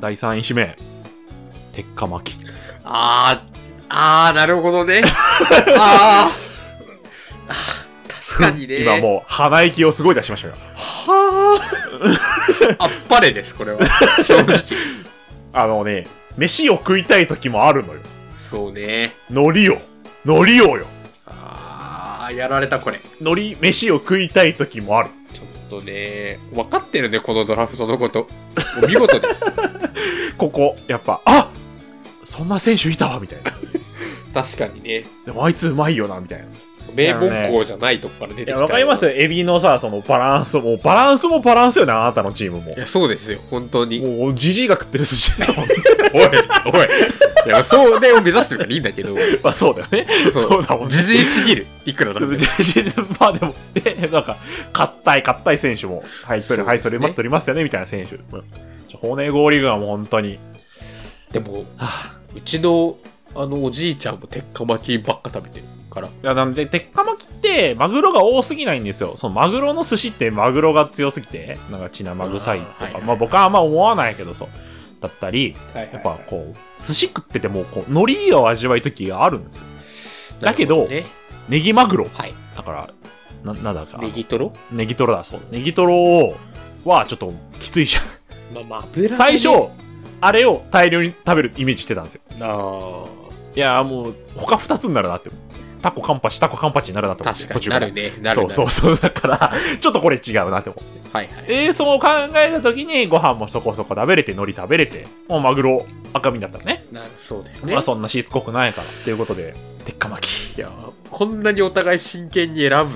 [SPEAKER 2] 第3位指名。鉄火巻き。
[SPEAKER 1] あー、あー、なるほど ね。あー。確かにね。
[SPEAKER 2] 今もう鼻息をすごい出しましたよ。
[SPEAKER 1] はあ。あっぱれです、これは。正直。
[SPEAKER 2] あのね、飯を食いたい時もあるのよ。
[SPEAKER 1] そうね。
[SPEAKER 2] 海苔を。海苔をよ。
[SPEAKER 1] あー、やられた、これ。
[SPEAKER 2] 海苔、飯を食いたい時もある。
[SPEAKER 1] ちょっとね、分かってるね、このドラフトのこと。 お見事です。
[SPEAKER 2] ここ、やっぱ、あそんな選手いたわみたいな。
[SPEAKER 1] 確かにね。
[SPEAKER 2] でもあいつうまいよなみたいな。い
[SPEAKER 1] 名門校じゃないとこから出てきた
[SPEAKER 2] や、
[SPEAKER 1] よ。
[SPEAKER 2] わかりますよ。エビのさ、そのバランスも、バランスもバランスよね、あなたのチームも
[SPEAKER 1] い。や、そうですよ、本当に。
[SPEAKER 2] もう、じじいが食ってる寿司 だも
[SPEAKER 1] お
[SPEAKER 2] ん。
[SPEAKER 1] い、おい。いや、そうね、を目指してるからいいんだけど。
[SPEAKER 2] まあそうだよね。 そうだもんね。
[SPEAKER 1] じじいすぎる。いくらだって。
[SPEAKER 2] じじいまあでも、ね、なんか、硬い硬い選手も、はい、それ、はい、それ待っておりますよね、みたいな選手。うんちょ骨氷がもう本当に。
[SPEAKER 1] でも、
[SPEAKER 2] はあ
[SPEAKER 1] うちの、あの、おじいちゃんも鉄火巻きばっか食べてるから。
[SPEAKER 2] いやなんで、鉄火巻きって、マグロが多すぎないんですよ。そのマグロの寿司って、マグロが強すぎて、なんか血生臭いと
[SPEAKER 1] あーはいは
[SPEAKER 2] か、
[SPEAKER 1] い
[SPEAKER 2] まあ僕はあんま思わないけど、そう。だったり、
[SPEAKER 1] はい
[SPEAKER 2] やっぱこう、寿司食ってても、こう、海苔を味わう時があるんですよ。だけど
[SPEAKER 1] ね、
[SPEAKER 2] ネギマグロ。
[SPEAKER 1] はい。
[SPEAKER 2] だから、な、なんだか、
[SPEAKER 1] ネギトロ
[SPEAKER 2] ネギトロだ、そう。ネギトロを、は、ちょっと、きついじゃん。
[SPEAKER 1] まあ、まあ、油が
[SPEAKER 2] 最
[SPEAKER 1] ね
[SPEAKER 2] 初、あれを大量に食べるイメージしてたんですよ。
[SPEAKER 1] あ
[SPEAKER 2] いやーもう、他二つになるなって。タコカンパチ、タコカンパチになるな
[SPEAKER 1] あ、
[SPEAKER 2] と思って
[SPEAKER 1] 確かになるね。なるなる
[SPEAKER 2] そうそうそう。だから、ちょっとこれ違うなって思って。
[SPEAKER 1] はいはい。
[SPEAKER 2] で、そう考えた時に、ご飯もそこそこ食べれて、海苔食べれて、もうマグロ、赤身だったらね。
[SPEAKER 1] なるそうだよね。
[SPEAKER 2] まあそんなしつこくないから。っていうことで、鉄火巻き。
[SPEAKER 1] いや、こんなにお互い真剣に選ぶならも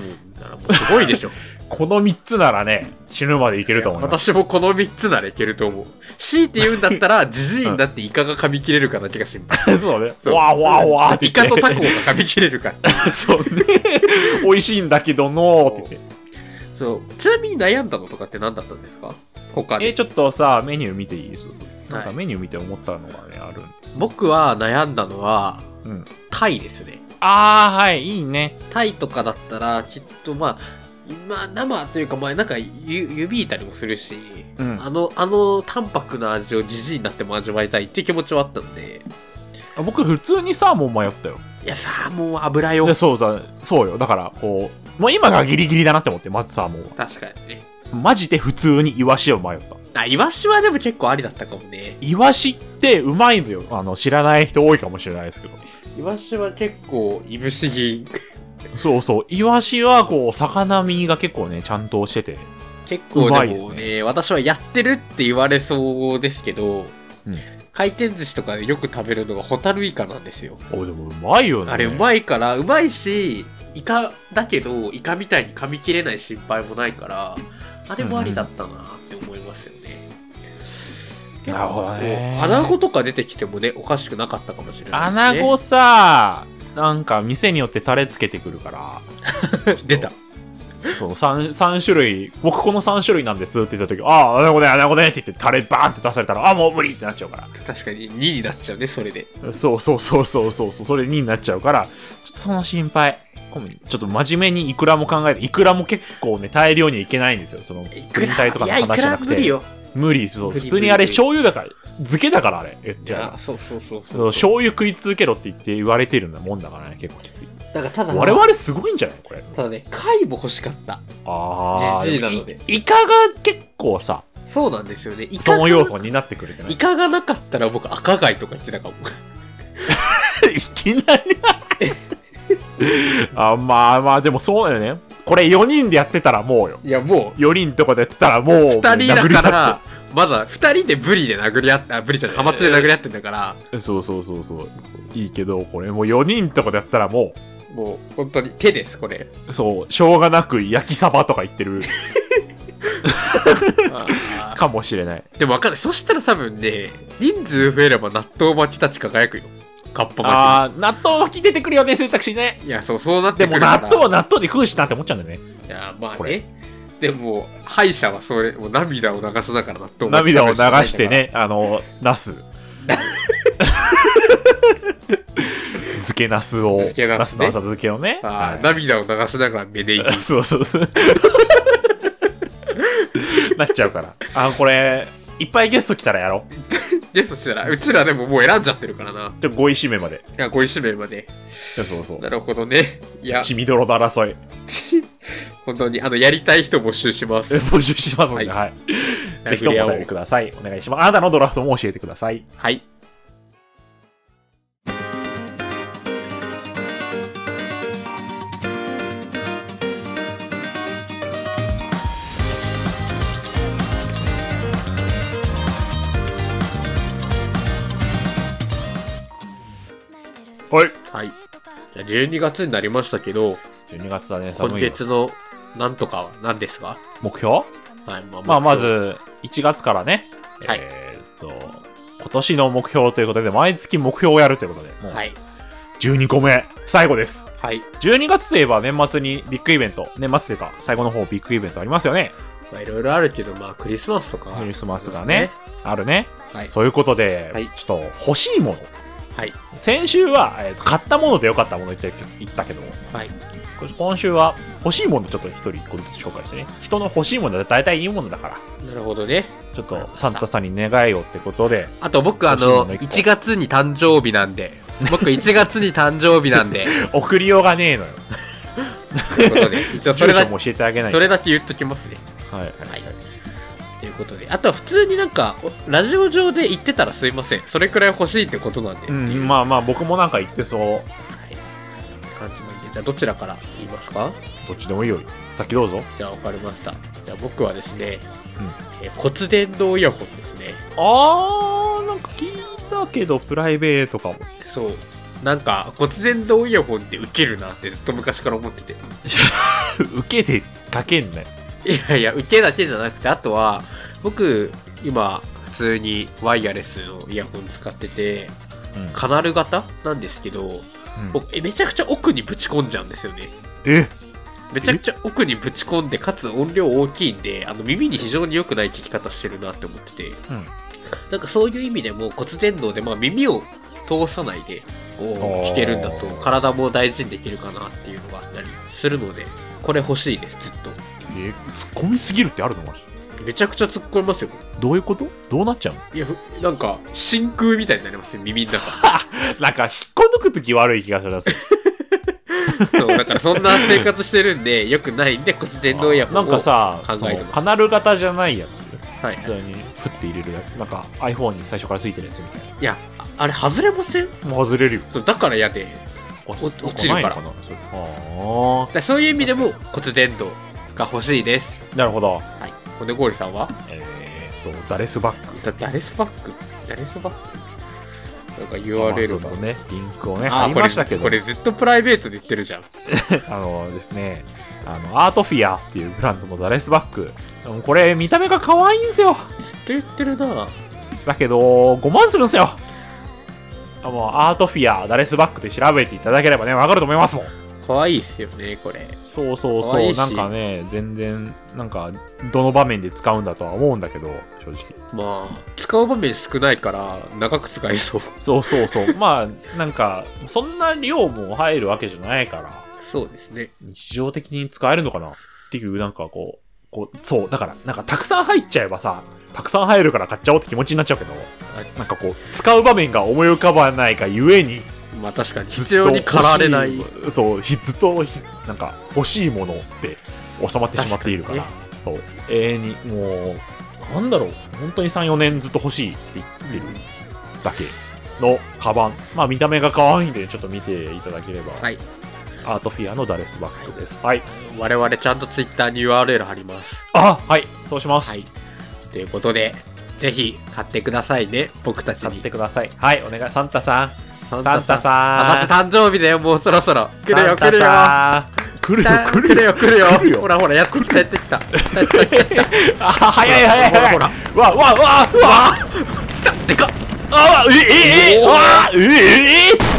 [SPEAKER 1] うすごいで しょ。
[SPEAKER 2] この三つならね、死ぬまでいけると思います。
[SPEAKER 1] 私もこの3つならいけると思う。強いて言うんだったら、ジジイになってイカが噛み切れるかだけが心配。
[SPEAKER 2] そうね。
[SPEAKER 1] そう
[SPEAKER 2] わーわーわーって
[SPEAKER 1] イカとタコ
[SPEAKER 2] 言
[SPEAKER 1] が
[SPEAKER 2] っ
[SPEAKER 1] 噛み切れるか。
[SPEAKER 2] て。 そうね。美味しいんだけどのーって言って。
[SPEAKER 1] そう。ちなみに悩んだのとかって何だったんですか他
[SPEAKER 2] え
[SPEAKER 1] で。
[SPEAKER 2] ちょっとさメニュー見ていいですなんか
[SPEAKER 1] はい
[SPEAKER 2] メニュー見て思ったのがねある
[SPEAKER 1] 僕は悩んだのは、
[SPEAKER 2] うん
[SPEAKER 1] タイですね。
[SPEAKER 2] ああはいいいね
[SPEAKER 1] タイとかだったら、きっとまあ、まあ、生というか、まあ、なんか、ゆ、指いたりもするし、
[SPEAKER 2] うん
[SPEAKER 1] あの、あの、淡白な味をジジイになっても味わいたいっていう気持ちはあったんで、
[SPEAKER 2] 僕普通にサーモン迷ったよ
[SPEAKER 1] いや、サーモンは油
[SPEAKER 2] い
[SPEAKER 1] よ
[SPEAKER 2] や。そうだそうよだからこうもう今がギリギリだなって思ってまずサーモンは
[SPEAKER 1] 確かにね。
[SPEAKER 2] マジで普通にイワシを迷った
[SPEAKER 1] あ、イワシはでも結構ありだったかもね。
[SPEAKER 2] イワシってうまいのよあの知らない人多いかもしれないですけど
[SPEAKER 1] イワシは結構、いぶし銀。
[SPEAKER 2] そうそうイワシはこう魚身が結構ねちゃんとしてて
[SPEAKER 1] 結構
[SPEAKER 2] うま
[SPEAKER 1] で
[SPEAKER 2] いですね
[SPEAKER 1] もね私はやってるって言われそうですけど、
[SPEAKER 2] うん
[SPEAKER 1] 回転寿司とかでよく食べるのがホタルイカなんですよ。
[SPEAKER 2] おでもうまいよね
[SPEAKER 1] あれう
[SPEAKER 2] い
[SPEAKER 1] まいから、うまいし、イカだけど、イカみたいに噛み切れない心配もないから、あれもありだったなって思いますよね。
[SPEAKER 2] なるほどね
[SPEAKER 1] アナゴとか出てきてもね、おかしくなかったかもしれない
[SPEAKER 2] ア
[SPEAKER 1] ですね。
[SPEAKER 2] ナゴさなんか店によってタレつけてくるから
[SPEAKER 1] 出た。
[SPEAKER 2] そう 3, 三種類僕この3種類なんですって言った時「ああなるほどねなるほどね」って言ってタレバーンって出されたら「ああもう無理!」ってなっちゃうか
[SPEAKER 1] 確かに2になっちゃうね、それで。
[SPEAKER 2] らそうそうそうそうそうそうそれ2になっちゃうからちょっとその心配ごめんちょっと真面目にいくらも考えていくらも結構ね大量にいけないんですよその
[SPEAKER 1] いく
[SPEAKER 2] 全
[SPEAKER 1] ら
[SPEAKER 2] 体とかの話じゃなく
[SPEAKER 1] いやいくら無理
[SPEAKER 2] て
[SPEAKER 1] よ。
[SPEAKER 2] 無理そう
[SPEAKER 1] 無理
[SPEAKER 2] 普通にあれ
[SPEAKER 1] 無理無理
[SPEAKER 2] 醤油だから漬けだからあれ言っ
[SPEAKER 1] い
[SPEAKER 2] ちゃ
[SPEAKER 1] や、そうそうそう
[SPEAKER 2] うそう
[SPEAKER 1] そうそう。
[SPEAKER 2] 醤油食い続けろって言って言われてるんだもんだからね結構きつい
[SPEAKER 1] なんかただ、
[SPEAKER 2] 我々すごいんじゃないこれ
[SPEAKER 1] ただね、貝も欲しかった。
[SPEAKER 2] ああ
[SPEAKER 1] じじいなので
[SPEAKER 2] イカが結構さ
[SPEAKER 1] そうなんですよね。イ
[SPEAKER 2] そ
[SPEAKER 1] カ
[SPEAKER 2] の
[SPEAKER 1] が
[SPEAKER 2] 要素になってくるじゃない
[SPEAKER 1] イカがなかったら僕赤貝とか言ってた かも。
[SPEAKER 2] いきなりあまあまあでもそうだよねこれ4人でやってたらもうよ
[SPEAKER 1] いや、も
[SPEAKER 2] 4人とかでやってたらもう
[SPEAKER 1] う、二人だか
[SPEAKER 2] 殴
[SPEAKER 1] ら、まだ二人でブリで殴り合って、あ、ブリじゃない、ハマチで殴り合ってんだから、
[SPEAKER 2] り合ってそうそうそうそういいけどこれもう4人とかでやったらも
[SPEAKER 1] もう、本当に手です、こ れ。
[SPEAKER 2] うそうしょうがなく焼きサバとか言っ てるかもしれない
[SPEAKER 1] でもわかんない。そしたら多分ね、人数増えれば納豆巻きたち輝くよ。カッパ巻
[SPEAKER 2] あー納豆巻き出てくるよね選択肢ね
[SPEAKER 1] き。いや、そう、そうなって
[SPEAKER 2] で
[SPEAKER 1] く
[SPEAKER 2] も
[SPEAKER 1] るから。
[SPEAKER 2] 納豆は納豆で食うしなって思っちゃうんだよね
[SPEAKER 1] いや、まあ
[SPEAKER 2] こ
[SPEAKER 1] ね
[SPEAKER 2] れ。
[SPEAKER 1] でも、敗者はそれ、もう涙を流しながらだと思って
[SPEAKER 2] 涙を流して。ね、あの、ナス。漬けナスを、
[SPEAKER 1] 漬けナ
[SPEAKER 2] ナ
[SPEAKER 1] ス
[SPEAKER 2] ス
[SPEAKER 1] ね
[SPEAKER 2] の浅漬けをね。
[SPEAKER 1] ああ、
[SPEAKER 2] はい
[SPEAKER 1] 涙を流しながら目でいき。
[SPEAKER 2] そうそうそう。 なっちゃうから。あ、これ、いっぱいゲスト来たらやろう。
[SPEAKER 1] で、そしたら、うちらでももう選んじゃってるからな。
[SPEAKER 2] じゃあ5位指名まで。
[SPEAKER 1] いや、ご一緒名まで。
[SPEAKER 2] そうそう。
[SPEAKER 1] なるほどね。いや、
[SPEAKER 2] 血みどろの争い。
[SPEAKER 1] 本当に、あの、やりたい人募集します。
[SPEAKER 2] 募集しますんで、
[SPEAKER 1] は
[SPEAKER 2] はい。ぜひともお便りください。お願いします。あなたのドラフトも教えてください。
[SPEAKER 1] はい。
[SPEAKER 2] はい。
[SPEAKER 1] はい。じゃあ12月になりましたけど、
[SPEAKER 2] 12月だね、
[SPEAKER 1] 今
[SPEAKER 2] 寒いよ。
[SPEAKER 1] 月のなんとかは何ですか
[SPEAKER 2] 目標
[SPEAKER 1] はい、まあ、
[SPEAKER 2] まあ、ま、ず、1月からね、
[SPEAKER 1] はい
[SPEAKER 2] えーっと、今年の目標ということで、毎月目標をやるということで、もう
[SPEAKER 1] はい。
[SPEAKER 2] 12個目、最後です。
[SPEAKER 1] はい。
[SPEAKER 2] 12月といえば年末にビッグイベント、年末というか、最後の方ビッグイベントありますよね。
[SPEAKER 1] まあ、いろいろあるけど、まあ、クリスマスとか。
[SPEAKER 2] クリスマスがね。あるね。
[SPEAKER 1] はい。
[SPEAKER 2] そういうことで、
[SPEAKER 1] はい
[SPEAKER 2] ちょっと欲しいもの。
[SPEAKER 1] はい。
[SPEAKER 2] 先週は、えーっと買ったもので良かったもの言って言ったけども、
[SPEAKER 1] はい。
[SPEAKER 2] 今週は欲しいものちょっと一人一個ずつ紹介してね。人の欲しいものは大体いいものだから、
[SPEAKER 1] なるほどね。
[SPEAKER 2] ちょっとサンタさんに願いをってことで、
[SPEAKER 1] あと僕、あ
[SPEAKER 2] 欲しいも
[SPEAKER 1] の、
[SPEAKER 2] の一個
[SPEAKER 1] 1月に誕生日なん で。僕、1月に誕生日なんで。
[SPEAKER 2] 送りようがねえのよ。
[SPEAKER 1] ということで、一応そ
[SPEAKER 2] 住
[SPEAKER 1] れだ
[SPEAKER 2] 所も教えてあげない
[SPEAKER 1] そ
[SPEAKER 2] と。
[SPEAKER 1] れだけ言っときますね。
[SPEAKER 2] はい。
[SPEAKER 1] はい。ということで、あとは普通になんか、おラジオ上で言ってたらすいません。それくらい欲しいってことなんで。
[SPEAKER 2] うん、まあまあ、僕もなんか言ってそう。
[SPEAKER 1] はい。感じなんで、じゃあどちらから言いますか
[SPEAKER 2] どっちでもいいよ。さっきどうぞ。
[SPEAKER 1] じゃあ分かりました。じゃあ僕はですね、えー骨伝導イヤホンですね。
[SPEAKER 2] あー、なんか聞いたけど、プライベートかも。
[SPEAKER 1] そう。なんか骨伝導イヤホンってウケるなってずっと昔から思ってて。
[SPEAKER 2] 受けてかけんね。
[SPEAKER 1] いやいや、ウケだけじゃなくて、あとは、僕、今、普通にワイヤレスのイヤホン使ってて、
[SPEAKER 2] うん
[SPEAKER 1] カナル型なんですけど、
[SPEAKER 2] う
[SPEAKER 1] も
[SPEAKER 2] ん
[SPEAKER 1] うえめちゃくちゃ奥にぶち込んじゃうんですよね。
[SPEAKER 2] え
[SPEAKER 1] めちゃくちゃ奥にぶち込んで、かつ音量大きいんで、あの耳に非常に良くない聞き方してるなって思ってて、
[SPEAKER 2] うん
[SPEAKER 1] なんかそういう意味でも骨伝導で、まあ耳を通さないで、こう
[SPEAKER 2] あー
[SPEAKER 1] 聞けるんだと、体も大事にできるかなっていうのがあったりするので、これ欲しいです、ずっと。
[SPEAKER 2] え、突っ込みすぎるってあるのマジ
[SPEAKER 1] めちゃくちゃ突っ込みますよ。
[SPEAKER 2] どういうことどうなっちゃうの
[SPEAKER 1] いや、ふなんか、真空みたいになりますね、耳の中。
[SPEAKER 2] なんか、引っこ抜くとき悪い気がするやつ。
[SPEAKER 1] そうだからそんな生活してるんで、良くないんで骨伝導イヤホン
[SPEAKER 2] な
[SPEAKER 1] を
[SPEAKER 2] んか、さ、
[SPEAKER 1] 考え
[SPEAKER 2] そ
[SPEAKER 1] てます
[SPEAKER 2] のカナル型じゃないやつ。
[SPEAKER 1] はい、
[SPEAKER 2] 普通に、ふって入れるやつ。なんか、iPhone に最初からついてるやつみたい
[SPEAKER 1] いや、ああれ外れません
[SPEAKER 2] な。もう外れるよ。
[SPEAKER 1] そうだから嫌で。
[SPEAKER 2] お
[SPEAKER 1] 落ちるから
[SPEAKER 2] ないのなそれあ
[SPEAKER 1] だそういう意味でも骨伝導が欲しいです。
[SPEAKER 2] ー。なるほど。
[SPEAKER 1] はい。骨氷さんは
[SPEAKER 2] えーっと、ダレスバッグ。
[SPEAKER 1] だ誰スパック誰スパックなんか
[SPEAKER 2] そ
[SPEAKER 1] URL
[SPEAKER 2] の
[SPEAKER 1] が。
[SPEAKER 2] ね、リンクをね、
[SPEAKER 1] あ
[SPEAKER 2] 貼
[SPEAKER 1] ー
[SPEAKER 2] り
[SPEAKER 1] こ
[SPEAKER 2] ま
[SPEAKER 1] れ
[SPEAKER 2] したけど、
[SPEAKER 1] これずっとプライベートで言ってるじゃん。
[SPEAKER 2] あのですね、あの、アートフィアっていうブランドのダレスバッグ。うんこれ、見た目が可愛いんですよ。
[SPEAKER 1] ずっと言ってるな
[SPEAKER 2] だけど、5万するんですよ。あもう、アートフィア、ダレスバッグで調べていただければね、わかると思いますもん。
[SPEAKER 1] 可愛いっすよね、これ。
[SPEAKER 2] そうそう
[SPEAKER 1] 可愛
[SPEAKER 2] そ、
[SPEAKER 1] いうし
[SPEAKER 2] なんかね、全然、なんか、どの場面で使うんだとは思うんだけど、正直。
[SPEAKER 1] まあ、使う場面少ないから、長く使えそう。
[SPEAKER 2] そうそ うそう。まあ、なんか、そんな量も入るわけじゃないから。
[SPEAKER 1] そうですね。
[SPEAKER 2] 日常的に使えるのかなっていう、なんかこう、こう、そう、だから、なんかたくさん入っちゃえばさ、たくさん入るから買っちゃおうって気持ちになっちゃうけど、なんかこう、使う場面が思い浮かばないがゆえに、
[SPEAKER 1] まあ確かに、
[SPEAKER 2] ずっ
[SPEAKER 1] 必
[SPEAKER 2] と
[SPEAKER 1] 要
[SPEAKER 2] 欲し
[SPEAKER 1] に
[SPEAKER 2] い
[SPEAKER 1] 駆られない。。
[SPEAKER 2] そう、ひずっとひ、なんか欲しいものって収まってしまっているから、
[SPEAKER 1] 確
[SPEAKER 2] そう、永遠に、もう、なんだろう、本当に3、4年ずっと欲しいって言ってるだけのカバン。まあ見た目が可愛いんで、ちょっと見ていただければ、
[SPEAKER 1] はい。
[SPEAKER 2] アートフィアのダレスバッグです。はい。
[SPEAKER 1] 我々ちゃんと Twitter に URL 貼ります。
[SPEAKER 2] あはいそうします、
[SPEAKER 1] はい。ということで、ぜひ買ってくださいね、僕たち
[SPEAKER 2] 買っ
[SPEAKER 1] に
[SPEAKER 2] て。くださいはいお願いサンタさん
[SPEAKER 1] サン
[SPEAKER 2] サンタさん
[SPEAKER 1] 私誕生日だよ、もうそろそろ。来るよ、来
[SPEAKER 2] サンタ
[SPEAKER 1] るよ。
[SPEAKER 2] さん来るよ
[SPEAKER 1] 来
[SPEAKER 2] 来る
[SPEAKER 1] る
[SPEAKER 2] よ
[SPEAKER 1] よ、来るよ。
[SPEAKER 2] 来るよ
[SPEAKER 1] ほらほら、やってきた、やってきた。来た来た来た来た
[SPEAKER 2] あ早い早い早い
[SPEAKER 1] ほら
[SPEAKER 2] わわわわわ
[SPEAKER 1] 来た、でかっ
[SPEAKER 2] あわええええ
[SPEAKER 1] おー
[SPEAKER 2] わえええ